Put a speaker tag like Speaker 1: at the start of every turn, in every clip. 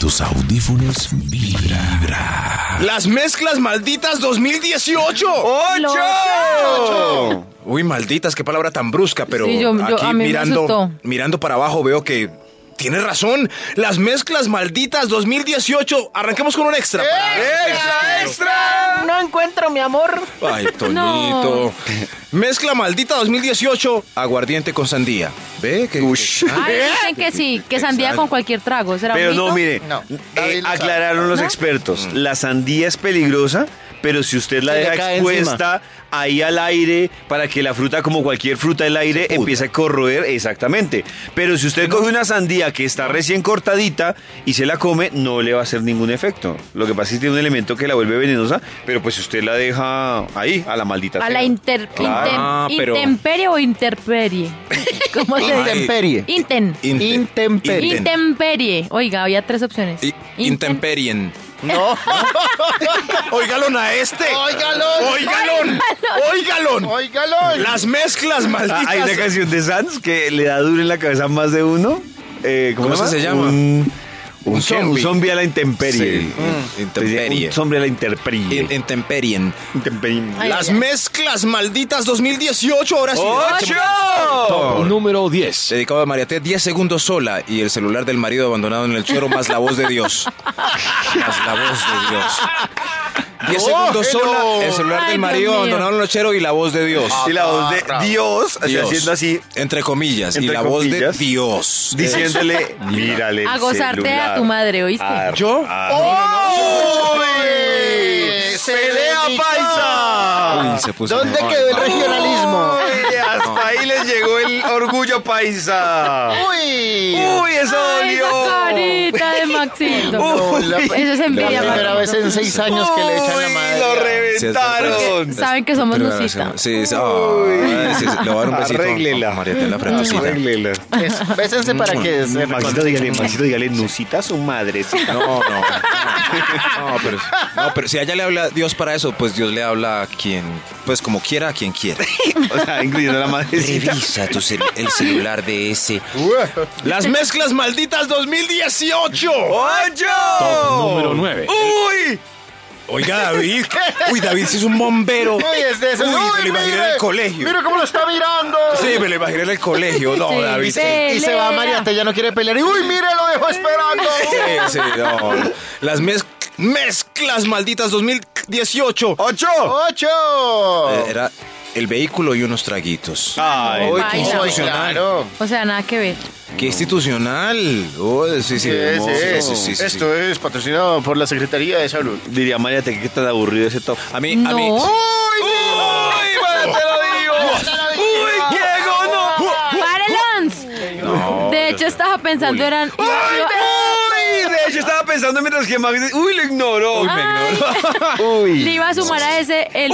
Speaker 1: tus audífonos vibra.
Speaker 2: Las mezclas malditas 2018.
Speaker 3: Loco.
Speaker 2: ¡Ocho! Uy, malditas, qué palabra tan brusca, pero
Speaker 3: Sí, yo- yo-
Speaker 2: aquí
Speaker 3: a mí me asustó.
Speaker 2: mirando, mirando para abajo veo que tienes razón. Las mezclas malditas 2018. Arranquemos con un extra. para-
Speaker 4: No encuentro mi amor.
Speaker 2: Ay, Toñito. Mezcla maldita 2018, aguardiente con sandía. ¿Ve? Que,
Speaker 5: Ush.
Speaker 3: Ay, dicen que sí, que sandía con cualquier trago. ¿Será
Speaker 5: Pero no,
Speaker 3: bonito?
Speaker 5: mire,
Speaker 4: No,
Speaker 5: eh,
Speaker 4: David lo
Speaker 5: aclararon los
Speaker 3: ¿No?
Speaker 2: Mm.
Speaker 5: expertos. La sandía es peligrosa, pero si usted la
Speaker 6: Se le
Speaker 5: deja
Speaker 6: cae
Speaker 5: expuesta ahí al aire para que la fruta, como cualquier fruta del aire, empiece a corroer, exactamente. Pero si usted coge una sandía que está recién cortadita y se la come, no le va a hacer ningún efecto. Lo que pasa es que tiene un elemento que la vuelve venenosa, pero pues si usted la deja ahí, a la maldita.
Speaker 3: A
Speaker 5: sea.
Speaker 3: la inter,
Speaker 5: Claro.
Speaker 3: intem-
Speaker 2: Ah, pero-
Speaker 3: intemperie o interperie. ¿Cómo se dice?
Speaker 6: Intemperie.
Speaker 3: Inten.
Speaker 2: Inten-
Speaker 6: Intemperie.
Speaker 2: Inten-
Speaker 3: Intemperie. Oiga, había tres opciones.
Speaker 2: I-
Speaker 3: Intemperie.
Speaker 2: Intemperien.
Speaker 6: No.
Speaker 2: Oigalón a este.
Speaker 4: Óigalo.
Speaker 2: Oigalón. Oigalón.
Speaker 4: Óigalo.
Speaker 2: Las mezclas
Speaker 5: Ah,
Speaker 2: malditas.
Speaker 5: Hay una canción de Sanz que le da duro en la cabeza a más de uno. Eh,
Speaker 2: ¿Cómo se llama?
Speaker 5: Un, un,
Speaker 2: Un
Speaker 5: qué? Un
Speaker 2: zombie.
Speaker 5: zombie a la intemperie.
Speaker 2: Sí,
Speaker 5: Mm.
Speaker 2: intemperie.
Speaker 5: Un zombie a la intemperie.
Speaker 2: In- Intemperien.
Speaker 5: Intemperie.
Speaker 3: Ay,
Speaker 2: Las
Speaker 3: ay, ay.
Speaker 2: mezclas malditas 2018, ahora sí.
Speaker 1: Top número 10.
Speaker 2: Dedicado a Mariaté 10 segundos sola y el celular del marido abandonado en el choro más la voz de Dios. Más la voz de Dios. 10 segundos sola, el celular
Speaker 3: Ay,
Speaker 2: del
Speaker 3: Dios
Speaker 2: marido
Speaker 3: mío.
Speaker 2: abandonado en el choro y la voz de Dios.
Speaker 5: Y la voz de Dios, o sea,
Speaker 2: Dios.
Speaker 5: Ah, haciendo así,
Speaker 2: Entre comillas. y
Speaker 5: Entre
Speaker 2: la voz
Speaker 5: comillas.
Speaker 2: de Dios.
Speaker 5: diciéndole, mírale. el
Speaker 3: A gozarte
Speaker 5: celular".
Speaker 3: a tu madre, ¿oíste?
Speaker 5: Ar-
Speaker 2: ¿Yo?
Speaker 5: ar-
Speaker 4: ¡Oye! ¡Se
Speaker 5: ¡Pelea
Speaker 4: dedicó!
Speaker 5: paisa!
Speaker 2: Uy, se puso
Speaker 4: ¿Dónde
Speaker 2: mejor.
Speaker 4: quedó el regionalismo?
Speaker 5: Uy, hasta ahí les llegó el orgullo paisa.
Speaker 4: ¡Uy!
Speaker 5: ¡Uy, eso
Speaker 3: Ay, esa
Speaker 5: dolió!
Speaker 3: carita de Maxito.
Speaker 4: No, la-
Speaker 3: Eso es envidia,
Speaker 4: La primera
Speaker 3: Maxito.
Speaker 4: vez en seis años que le echan la
Speaker 5: Uy,
Speaker 4: madre.
Speaker 5: lo
Speaker 2: Sí, es verdad.
Speaker 5: reventaron.
Speaker 3: Saben que somos
Speaker 2: Pero,
Speaker 3: Nusita.
Speaker 2: Sí, sí, ay, sí, sí, le voy a dar un besito.
Speaker 5: Arréglela.
Speaker 2: a Mariaté en la frentecita.
Speaker 5: Arréglela.
Speaker 4: Eso, Bésense para que se
Speaker 5: Maxito,
Speaker 4: reconozcan.
Speaker 5: dígale, Maxito, dígale, nusita a su madre.
Speaker 2: No, no. No, pero, no, pero si a ella le habla Dios para eso, pues Dios le habla a quien, pues como quiera, a quien quiera.
Speaker 5: O sea, incluyendo a la madrecita.
Speaker 2: tu cel- el celular de ese. Las mezclas malditas 2018.
Speaker 1: Top número
Speaker 5: ¡Ocho!
Speaker 1: 9.
Speaker 5: ¡Uy!
Speaker 2: Oiga, David. Uy, David, si es un bombero.
Speaker 4: Uy, es de esos.
Speaker 2: Uy, me lo imaginé en el colegio.
Speaker 4: Mira cómo lo está mirando.
Speaker 2: Sí, me lo imaginé en el colegio. No,
Speaker 3: Sí,
Speaker 2: David.
Speaker 3: sí.
Speaker 2: sí.
Speaker 4: Y se va
Speaker 3: Pelea.
Speaker 4: Mariate, ya no quiere pelear. Y uy, mire, lo dejó esperando.
Speaker 2: Sí, sí, no. Las mez- mezclas malditas 2018.
Speaker 4: Oh.
Speaker 5: ¡Ocho!
Speaker 4: ¡Ocho!
Speaker 2: Eh, Era el vehículo y unos traguitos.
Speaker 4: Ah,
Speaker 5: ¡Ay!
Speaker 4: Uy, qué
Speaker 3: Baila.
Speaker 4: institucional. Claro.
Speaker 3: O sea, nada que ver.
Speaker 2: ¡Qué institucional! Oh, sí, sí,
Speaker 4: Sí,
Speaker 2: hermoso.
Speaker 4: sí,
Speaker 2: Sí, sí, sí,
Speaker 4: Esto es patrocinado por la Secretaría de Salud.
Speaker 5: Diría María, te qué tan aburrido ese top.
Speaker 2: sí. A mí, a mí.
Speaker 3: No.
Speaker 5: ¡Uy! María, te lo digo! ¡Uy, Diego, no!
Speaker 3: ¡Parelons! De hecho, estaba pensando, eran.
Speaker 5: ¡Uy! De hecho, estaba pensando mientras que Max... ¡Uy, lo ignoró! ¡Uy!
Speaker 3: Ay. Le iba a sumar a ese el,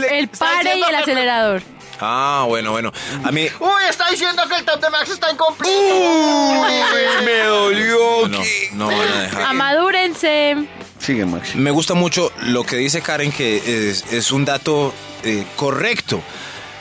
Speaker 5: le-
Speaker 3: el pare y el acelerador.
Speaker 2: Ah, bueno, bueno. A mí.
Speaker 4: Uy, está diciendo que el top de Max está incompleto.
Speaker 5: ¡Uy! ¡Me dolió!
Speaker 2: No,
Speaker 5: ¿Qué?
Speaker 2: no van a dejar.
Speaker 3: Amadúrense.
Speaker 5: Sigue, Max.
Speaker 2: Me gusta mucho lo que dice Karen, que es, es un dato eh, correcto.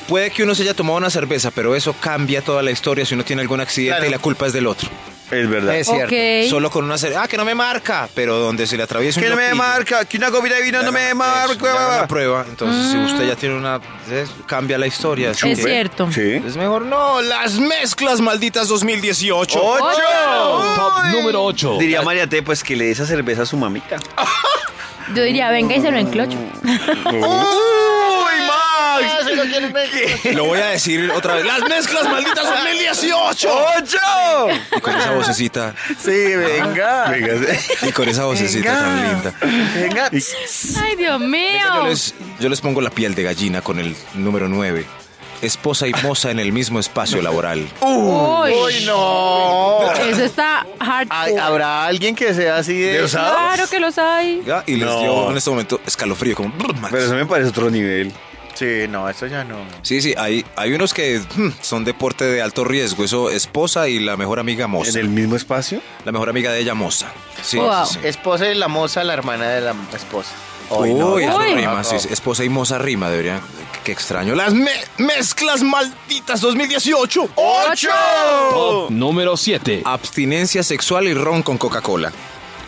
Speaker 2: Puede que uno se haya tomado una cerveza, pero eso cambia toda la historia si uno tiene algún accidente
Speaker 4: Claro.
Speaker 2: y la culpa es del otro.
Speaker 5: Es verdad.
Speaker 4: Es cierto.
Speaker 3: Ok.
Speaker 2: Solo con una cerveza. Ah, que no me marca. Pero donde se le atraviesa un
Speaker 5: Que no me
Speaker 2: loquillo,
Speaker 5: marca, que una copita de vino
Speaker 2: le
Speaker 5: no
Speaker 2: hagan
Speaker 5: me
Speaker 2: una- eso, le hagan
Speaker 5: marca.
Speaker 2: una prueba. Entonces, si usted ya tiene una. es- Cambia la historia. así
Speaker 3: Mm. Es
Speaker 2: que-
Speaker 3: cierto.
Speaker 5: Sí.
Speaker 2: Es mejor no, las mezclas malditas 2018.
Speaker 3: ¡Ocho!
Speaker 5: ¡Ocho!
Speaker 1: Top número 8.
Speaker 5: Diría María T, pues que le dé esa cerveza a su mamita.
Speaker 3: Yo diría, venga y se lo enclocho.
Speaker 5: ¡Uy,
Speaker 4: Ah,
Speaker 5: Max!
Speaker 4: se lo quieren ver.
Speaker 2: Lo voy a decir otra vez. Las mezclas malditas 2018.
Speaker 5: ¡Ocho!
Speaker 2: Y con esa vocecita.
Speaker 5: Sí, venga. Venga.
Speaker 2: Y con esa vocecita tan linda.
Speaker 5: Venga.
Speaker 3: Ay,
Speaker 2: Yo
Speaker 3: Dios mío.
Speaker 2: les, yo les pongo la piel de gallina con el número 9. Esposa y moza en el mismo espacio laboral.
Speaker 3: Uy.
Speaker 4: Uy, no.
Speaker 3: Eso está hard.
Speaker 4: Ay, ¿Habrá alguien que sea así de...
Speaker 5: ¿De osado?
Speaker 3: Claro que los hay.
Speaker 2: Ya, Y les
Speaker 5: No.
Speaker 2: dio en este momento escalofrío. Como, "Brr, Max".
Speaker 5: Pero eso me parece otro nivel.
Speaker 4: Sí, no, eso ya no.
Speaker 2: sí, sí, hay, hay unos que hmm, son deporte de alto riesgo. Eso, esposa y la mejor amiga moza.
Speaker 5: ¿En el mismo espacio?
Speaker 2: La mejor amiga de ella moza. Sí,
Speaker 3: Wow.
Speaker 2: sí, sí.
Speaker 4: Esposa de la moza, la hermana de la esposa.
Speaker 2: Uy, es,
Speaker 3: Uy.
Speaker 2: rima, sí, sí, esposa y moza rima, debería. Qué extraño. Las me- mezclas malditas 2018.
Speaker 4: ¡Ocho!
Speaker 1: Top número 7.
Speaker 2: Abstinencia sexual y ron con Coca-Cola.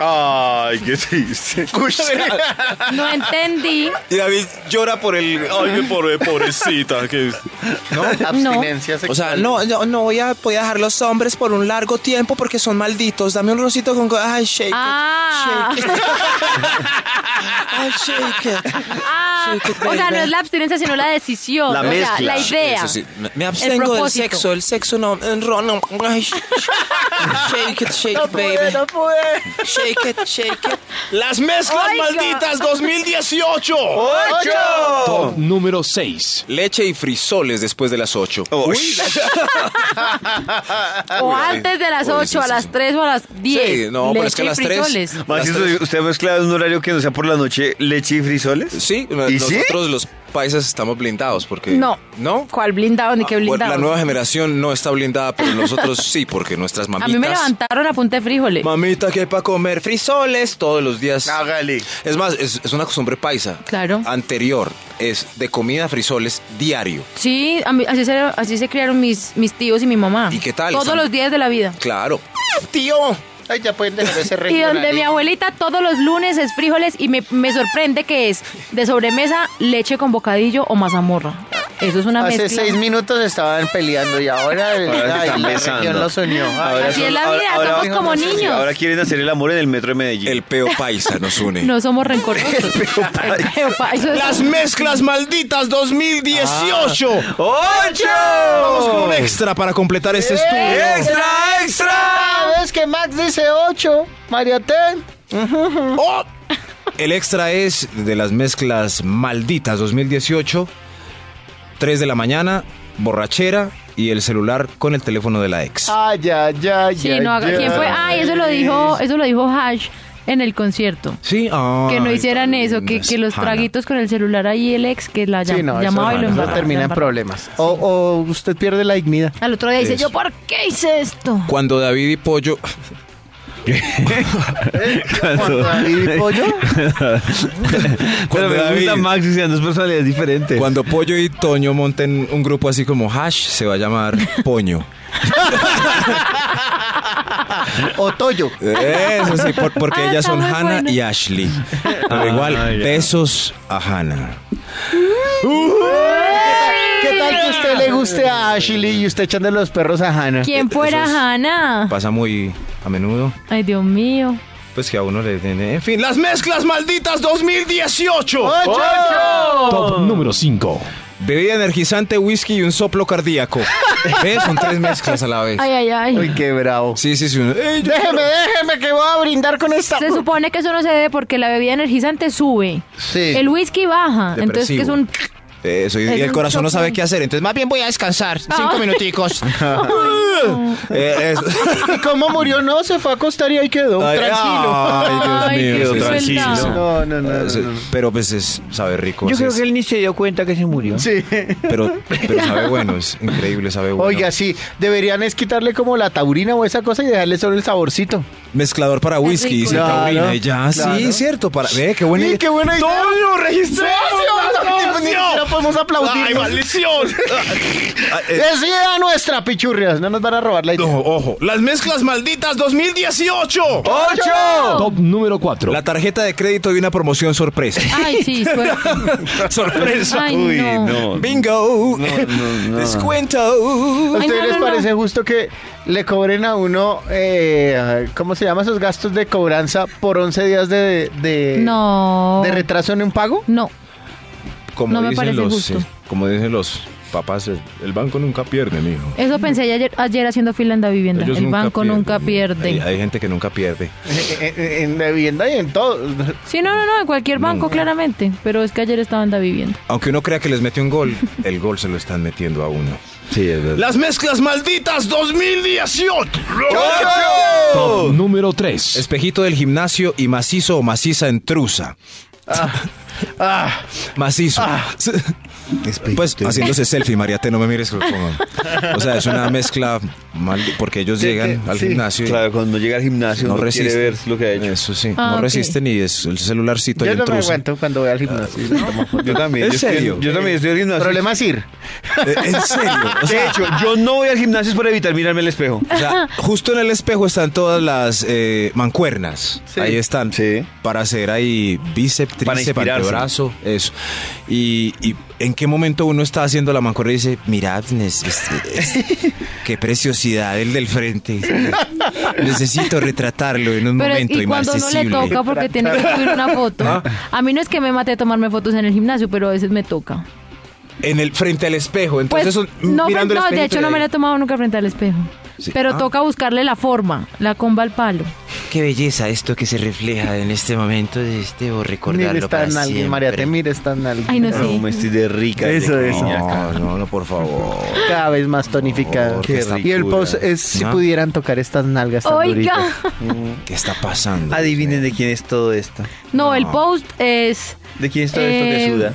Speaker 5: Ay, qué triste.
Speaker 3: No entendí.
Speaker 2: Y David llora por el.
Speaker 5: Ay, qué pobre, pobrecita. Que...
Speaker 4: ¿No? Abstinencia
Speaker 2: O
Speaker 4: sexual.
Speaker 2: sea, no, no, no voy a, voy a dejar los hombres por un largo tiempo porque son malditos. Dame un rosito con. co- Ay, shake. it,
Speaker 3: Ah.
Speaker 2: shake it. Ay, shake it.
Speaker 3: Ah,
Speaker 2: Sí, qué
Speaker 3: o sea, no
Speaker 2: pena.
Speaker 3: es la abstinencia, sino la decisión.
Speaker 5: La
Speaker 3: o sea,
Speaker 5: mezcla.
Speaker 3: la idea.
Speaker 2: Eso sí, me- me abstengo del
Speaker 3: propósito.
Speaker 2: sexo. El sexo no. El ron no. Ay, sh- sh- shake it, shake it, baby. Shake it, shake it. Las mezclas
Speaker 3: Oiga.
Speaker 2: malditas 2018. ¡Ocho!
Speaker 1: Top número 6.
Speaker 2: Leche y frisoles después de las 8.
Speaker 3: O antes de las
Speaker 2: Uy,
Speaker 3: 8,
Speaker 2: sí,
Speaker 3: a
Speaker 2: sí,
Speaker 3: las
Speaker 2: sí.
Speaker 3: 3 o a las 10.
Speaker 2: Sí, no, pero es que a las 3.
Speaker 3: frijoles.
Speaker 5: Más si usted- usted mezcla en un horario que no sea por la noche leche y frisoles.
Speaker 2: Sí,
Speaker 5: ¿Y sí?
Speaker 2: nosotros los paisas estamos blindados porque.
Speaker 3: No.
Speaker 2: ¿No?
Speaker 3: ¿Cuál blindado ni qué
Speaker 2: Ah, bueno,
Speaker 3: blindado?
Speaker 2: La nueva generación no está blindada, pero nosotros sí, porque nuestras
Speaker 3: a
Speaker 2: mamitas.
Speaker 3: mí me levantaron a punta de frijoles.
Speaker 2: Mamita, que hay para comer frisoles todos los días.
Speaker 4: Hágale.
Speaker 2: Es más, es, es una costumbre paisa.
Speaker 3: Claro.
Speaker 2: Anterior, es de comida frisoles diario.
Speaker 3: Sí, a mí- así, se, así se criaron mis, mis tíos y mi mamá.
Speaker 2: ¿Y qué tal?
Speaker 3: Todos
Speaker 2: Sam?
Speaker 3: los días de la vida.
Speaker 2: Claro.
Speaker 4: Tío. Ay, ya pueden dejar ese
Speaker 3: Y donde mi
Speaker 4: regionalismo.
Speaker 3: abuelita todos los lunes es frijoles y me, me sorprende que es de sobremesa leche con bocadillo o mazamorra. Eso es una
Speaker 4: Hace
Speaker 3: mezcla.
Speaker 4: seis minutos estaban peleando y ahora,
Speaker 5: Ahora se
Speaker 4: ay,
Speaker 5: están
Speaker 4: la
Speaker 5: besando.
Speaker 4: región los unió. Ay,
Speaker 5: Ahora
Speaker 3: Así
Speaker 5: son-
Speaker 3: es la vida,
Speaker 5: ahora-
Speaker 3: somos
Speaker 5: ahora-
Speaker 3: como
Speaker 5: sí,
Speaker 3: niños.
Speaker 5: Ahora quieren hacer el amor en el metro de Medellín.
Speaker 2: El peo paisa nos une.
Speaker 3: No somos rencorosos. El peo pa- eso es-
Speaker 2: mezclas malditas 2018.
Speaker 5: ¡Ocho!
Speaker 2: extra para completar este estudio.
Speaker 5: ¡Extra, extra!
Speaker 4: Cada vez que Max dice ocho, María Ten.
Speaker 2: Oh. El extra es de las mezclas malditas 2018. 3 de la mañana, borrachera y el celular con el teléfono de la ex.
Speaker 3: Ah.
Speaker 4: Ay, ay, ay,
Speaker 3: Sí, no, haga- ¿quién fue? Ay, eso lo dijo, eso lo dijo Hash en el concierto.
Speaker 2: Sí,
Speaker 3: Que no
Speaker 2: ay,
Speaker 3: hicieran eso, que, que los
Speaker 2: Hanna.
Speaker 3: traguitos con el celular ahí el ex que la llam-
Speaker 4: Sí, no,
Speaker 3: llamaba
Speaker 4: eso,
Speaker 3: y lo
Speaker 4: eso
Speaker 3: embarraba,
Speaker 4: termina
Speaker 3: la
Speaker 4: en
Speaker 3: embarraba.
Speaker 4: problemas. O, o usted pierde la dignidad.
Speaker 3: Al otro día dice,
Speaker 2: Eso.
Speaker 3: yo, ¿por qué hice esto?
Speaker 2: Cuando David y Pollo.
Speaker 5: Cuando-
Speaker 4: ¿Y pollo?
Speaker 5: Pero
Speaker 2: Cuando
Speaker 5: me gusta
Speaker 2: David-
Speaker 5: Max y sean dos personalidades diferentes.
Speaker 2: Cuando Pollo y Toño monten un grupo así como Hash, se va a llamar Poño.
Speaker 4: O Toyo.
Speaker 2: Eso sí, por- porque
Speaker 3: Ah,
Speaker 2: ellas
Speaker 3: está
Speaker 2: son
Speaker 3: muy
Speaker 2: Hannah
Speaker 3: bueno.
Speaker 2: y Ashley. Al igual,
Speaker 5: ya.
Speaker 2: besos a Hannah.
Speaker 4: ¿Qué tal que usted le guste a Ashley y usted echando los perros a Hannah?
Speaker 3: ¿Quién fuera
Speaker 2: eso es-
Speaker 3: Hannah?
Speaker 2: Pasa muy a menudo.
Speaker 3: Ay, Dios mío.
Speaker 2: Pues que a uno le. En fin, las mezclas malditas 2018.
Speaker 1: Top número 5.
Speaker 2: Bebida energizante, whisky y un soplo cardíaco. ¿Ves? Son tres mezclas a la vez.
Speaker 3: Ay, ay, ay.
Speaker 4: Uy, qué bravo.
Speaker 2: Sí, sí, sí. uno- ¡Ey, yo-
Speaker 4: Déjeme, déjeme que voy a brindar con esta.
Speaker 3: Se supone que eso no se debe porque la bebida energizante sube.
Speaker 4: Sí.
Speaker 3: El whisky baja. Entonces, que es
Speaker 2: Depresivo.
Speaker 3: un.
Speaker 2: Eh, Eso, y
Speaker 3: Es
Speaker 2: el
Speaker 3: un
Speaker 2: corazón no
Speaker 3: soplo.
Speaker 2: sabe qué hacer. Entonces, más bien voy a descansar.
Speaker 3: Ah.
Speaker 2: Cinco minuticos. Eh, eso.
Speaker 4: ¿Y cómo murió? No, se fue a acostar y ahí quedó.
Speaker 2: Ay,
Speaker 4: tranquilo.
Speaker 2: Ay,
Speaker 3: Ay,
Speaker 2: Dios mío.
Speaker 3: qué
Speaker 2: qué
Speaker 3: crueldad.
Speaker 2: tranquilo.
Speaker 4: No, no, no, no, no.
Speaker 2: Pero pues es, sabe rico.
Speaker 5: Yo
Speaker 2: es-
Speaker 5: creo que él ni se dio cuenta que se murió.
Speaker 4: Sí.
Speaker 2: pero, pero sabe bueno, es increíble, sabe bueno.
Speaker 4: Oiga, sí, deberían es quitarle como la taurina o esa cosa y dejarle solo el saborcito.
Speaker 2: mezclador para whisky y
Speaker 3: rico.
Speaker 2: sin
Speaker 4: Claro,
Speaker 2: taurina y ya, sí,
Speaker 4: claro.
Speaker 2: cierto, para ve, qué buena
Speaker 4: Sí,
Speaker 2: idea.
Speaker 4: qué buena idea.
Speaker 2: ¡Toño,
Speaker 4: Ni- ni- ni siquiera podemos aplaudir.
Speaker 2: Ah, eh,
Speaker 4: Es idea nuestra, pichurrias. No nos van a robar la idea.
Speaker 2: no, ojo, las mezclas malditas 2018.
Speaker 5: ¡Ocho!
Speaker 1: Top número 4.
Speaker 2: La tarjeta de crédito de una promoción sorpresa.
Speaker 3: Ay, sí, suerte.
Speaker 2: sorpresa.
Speaker 3: Ay,
Speaker 5: Uy,
Speaker 3: no.
Speaker 5: no.
Speaker 2: Bingo. Descuento.
Speaker 4: ¿A
Speaker 3: Ay,
Speaker 4: ustedes
Speaker 3: no,
Speaker 4: les
Speaker 3: no, no.
Speaker 4: parece justo que le cobren a uno, eh, ¿cómo se llama esos gastos de cobranza por 11 días de, de,
Speaker 2: Eh,
Speaker 3: No.
Speaker 4: de retraso en un pago?
Speaker 3: No.
Speaker 2: Como
Speaker 3: No me
Speaker 2: dicen
Speaker 3: parece
Speaker 2: los,
Speaker 3: justo.
Speaker 2: eh, como dicen los papás, el- el banco nunca pierde, mijo.
Speaker 3: Eso pensé yo ayer, ayer haciendo fila en la vivienda.
Speaker 2: Mm. Ellos
Speaker 3: el banco
Speaker 2: pierden.
Speaker 3: nunca pierde.
Speaker 2: Hay, hay gente que nunca pierde.
Speaker 4: En, en- en la vivienda y en todo.
Speaker 3: Sí, no, no, no, en cualquier banco claramente. Pero es que ayer estaba en la vivienda.
Speaker 2: Aunque uno crea que les metió un gol, el gol se lo están metiendo a uno.
Speaker 5: Sí, es verdad.
Speaker 2: Las mezclas malditas 2018.
Speaker 1: Top número 3.
Speaker 2: Espejito del gimnasio y macizo o maciza en trusa.
Speaker 4: Ah,
Speaker 2: Macizo. Pues haciéndose selfie, Mariate, no me mires pues, como- O sea, es una mezcla mal, porque ellos llegan al gimnasio y
Speaker 5: Claro, cuando llega al gimnasio no,
Speaker 2: no
Speaker 5: quiere
Speaker 2: resisten.
Speaker 5: ver lo que ha hecho.
Speaker 2: Eso sí,
Speaker 3: Ah, ok.
Speaker 2: no resisten y es el celularcito y
Speaker 4: Yo
Speaker 2: el
Speaker 4: no me
Speaker 2: truce.
Speaker 4: aguanto cuando voy al gimnasio. y le tomo fotos.
Speaker 5: Yo también.
Speaker 2: ¿En
Speaker 5: Ah, yo estoy-
Speaker 2: serio?
Speaker 5: yo también estoy al
Speaker 4: El
Speaker 5: gimnasio.
Speaker 4: problema es ir.
Speaker 2: Eh, En serio. O
Speaker 5: De
Speaker 2: sea,
Speaker 5: hecho, yo no voy al gimnasio es para evitar mirarme al espejo.
Speaker 3: Ah,
Speaker 2: o sea, justo en el espejo están todas las eh, mancuernas.
Speaker 4: Sí.
Speaker 2: Ahí están.
Speaker 5: Sí.
Speaker 2: Para hacer ahí bíceps,
Speaker 5: Para
Speaker 2: tríceps,
Speaker 5: inspirarse.
Speaker 2: antebrazo, eso. Y, y en qué momento uno está haciendo la mancuerna y dice, mirad, nes- este- este- qué preciosidad el del frente. Necesito retratarlo en un
Speaker 3: Pero
Speaker 2: momento
Speaker 3: y cuando no le
Speaker 2: inaccesible.
Speaker 3: toca porque tiene que subir una foto.
Speaker 2: Ah.
Speaker 3: A mí no es que me mate tomarme fotos en el gimnasio, pero a veces me toca.
Speaker 2: En el frente al espejo.
Speaker 3: Pues
Speaker 2: Entonces, un-
Speaker 3: no,
Speaker 2: mirando el
Speaker 3: no,
Speaker 2: espejo,
Speaker 3: de hecho
Speaker 2: te-
Speaker 3: no me la he tomado nunca frente al espejo.
Speaker 2: Sí.
Speaker 3: Pero
Speaker 2: Ah.
Speaker 3: toca buscarle la forma, la comba al palo.
Speaker 6: Qué belleza esto que se refleja en este momento, es- debo
Speaker 4: Mire
Speaker 6: recordarlo
Speaker 4: está
Speaker 6: para
Speaker 4: en alguien,
Speaker 6: siempre.
Speaker 4: Mariate, mire está en alguien.
Speaker 3: Ay, no sé.
Speaker 5: No, me estoy de rica. de
Speaker 4: Eso, eso.
Speaker 5: niña.
Speaker 2: No, no, no, por favor.
Speaker 4: Cada vez más tonificado.
Speaker 2: qué
Speaker 4: y el post
Speaker 5: ricura. ¿Ah?
Speaker 4: es si
Speaker 2: ¿No?
Speaker 4: pudieran tocar estas nalgas tan
Speaker 3: Oiga.
Speaker 4: duritas.
Speaker 2: ¿Qué está pasando?
Speaker 5: Adivinen de quién es todo esto.
Speaker 3: No, el post es.
Speaker 5: ¿De quién es todo esto que
Speaker 3: eh,
Speaker 5: suda?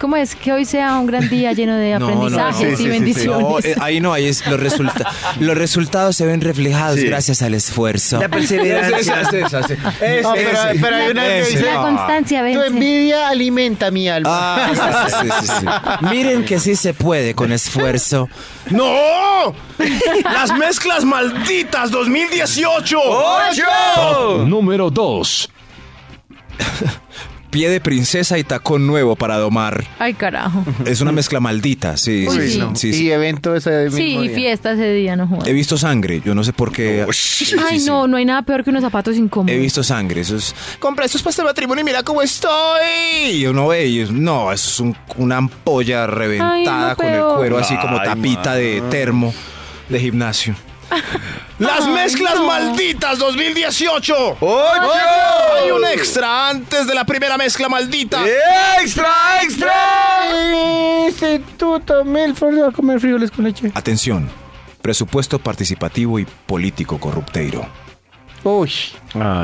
Speaker 3: ¿Cómo es? Que hoy sea un gran día lleno
Speaker 2: No,
Speaker 3: de
Speaker 2: no,
Speaker 3: aprendizajes
Speaker 2: no,
Speaker 4: sí, sí,
Speaker 3: y
Speaker 4: sí.
Speaker 3: bendiciones.
Speaker 2: No, eh, ahí no, ahí es los, resulta- los resultados se ven reflejados
Speaker 5: Sí.
Speaker 2: gracias al esfuerzo.
Speaker 5: perseverancia.
Speaker 4: No, pero, pero hay una que
Speaker 2: Ese.
Speaker 4: dice,
Speaker 3: La constancia
Speaker 4: tu
Speaker 3: vence.
Speaker 4: envidia alimenta mi alma.
Speaker 2: Ah, sí, sí, sí, sí, sí. Miren que sí se puede con esfuerzo. ¡No! ¡Las mezclas malditas 2018!
Speaker 1: Top número 2.
Speaker 2: Pie de princesa y tacón nuevo para domar.
Speaker 3: Ay, carajo.
Speaker 2: Es una mezcla maldita, sí,
Speaker 3: Uy,
Speaker 2: sí,
Speaker 3: sí.
Speaker 2: sí, sí, sí.
Speaker 4: Y evento ese mismo
Speaker 3: Sí, y
Speaker 4: día.
Speaker 3: fiesta ese día, no jodas.
Speaker 2: He visto sangre, yo no sé por qué. Sí, sí,
Speaker 3: Ay,
Speaker 2: sí.
Speaker 3: no, no hay nada peor que unos zapatos incómodos.
Speaker 2: He visto sangre, eso es... Compra estos para el matrimonio y mira cómo estoy. Y uno ve y es- no, eso es un- una ampolla reventada con el
Speaker 3: peor.
Speaker 2: cuero así como
Speaker 5: Ay,
Speaker 2: tapita de termo de gimnasio. ¡Las mezclas malditas 2018! Hay un extra antes de la primera mezcla maldita.
Speaker 5: ¡Extra, extra!
Speaker 4: Este, Instituto Milford a comer frijoles con leche.
Speaker 2: Atención, presupuesto participativo y político corrupteiro.
Speaker 4: Uy.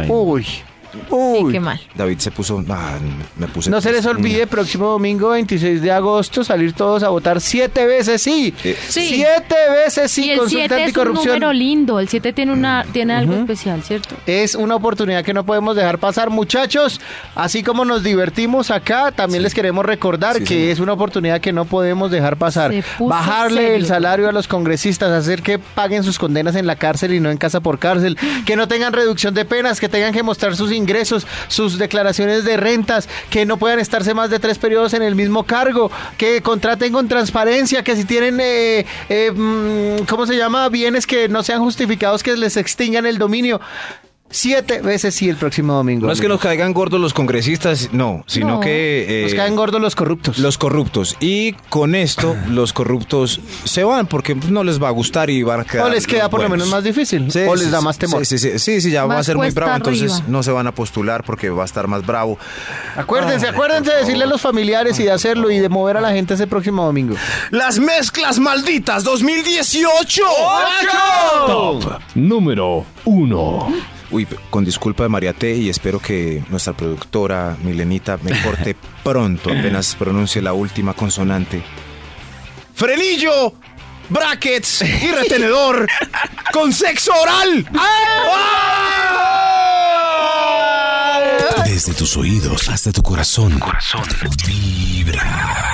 Speaker 4: Uy.
Speaker 3: Sí,
Speaker 4: Uy.
Speaker 3: qué mal.
Speaker 2: David se puso... ah, me puse
Speaker 4: No se les
Speaker 2: triste.
Speaker 4: olvide, próximo domingo 26 de agosto, salir todos a votar siete veces sí.
Speaker 2: Eh,
Speaker 3: Sí.
Speaker 4: Siete veces sí,
Speaker 3: y el
Speaker 4: consulta
Speaker 3: 7 es un
Speaker 4: anticorrupción.
Speaker 3: número lindo. El 7 tiene, una, tiene algo especial, ¿cierto?
Speaker 4: Es una oportunidad que no podemos dejar pasar, muchachos. Así como nos divertimos acá, también les queremos recordar
Speaker 2: Sí,
Speaker 4: que
Speaker 2: señor.
Speaker 4: es una oportunidad que no podemos dejar pasar.
Speaker 3: Se puso
Speaker 4: Bajarle el
Speaker 3: serio.
Speaker 4: salario a los congresistas, hacer que paguen sus condenas en la cárcel y no en casa por cárcel, que no tengan reducción de penas, que tengan que mostrar sus ingresos, sus declaraciones de rentas, que no puedan estarse más de tres periodos en el mismo cargo, que contraten con transparencia, que si tienen, eh, eh, mm, ¿cómo se llama? Bienes que no sean justificados, que les extingan el dominio. Siete veces sí el próximo domingo.
Speaker 2: No es que nos
Speaker 4: amigos.
Speaker 2: caigan gordos los congresistas, no, sino
Speaker 3: No.
Speaker 2: que... eh,
Speaker 4: Nos caen gordos los corruptos.
Speaker 2: Los corruptos. Y con esto, los corruptos se van porque no les va a gustar y van a quedar.
Speaker 4: O les queda
Speaker 2: los
Speaker 4: por lo
Speaker 2: buenos.
Speaker 4: menos más difícil.
Speaker 2: Sí,
Speaker 4: o
Speaker 2: sí,
Speaker 4: les da
Speaker 2: sí,
Speaker 4: más temor.
Speaker 2: Sí, sí, sí, sí, sí, ya va
Speaker 3: Más
Speaker 2: a ser muy
Speaker 3: cuesta
Speaker 2: bravo, entonces
Speaker 3: arriba.
Speaker 2: no se van a postular porque va a estar más bravo.
Speaker 4: Acuérdense, acuérdense de decirle a los familiares y de hacerlo y de mover a la gente ese próximo domingo.
Speaker 2: ¡Las mezclas malditas 2018!
Speaker 1: Top número 1.
Speaker 2: Uy, con disculpa de Mariate y espero que nuestra productora Milenita me corte pronto apenas pronuncie la última consonante. Frenillo, brackets y retenedor con sexo oral. ¡Ah!
Speaker 7: Desde tus oídos hasta tu corazón. Corazón. Vibra.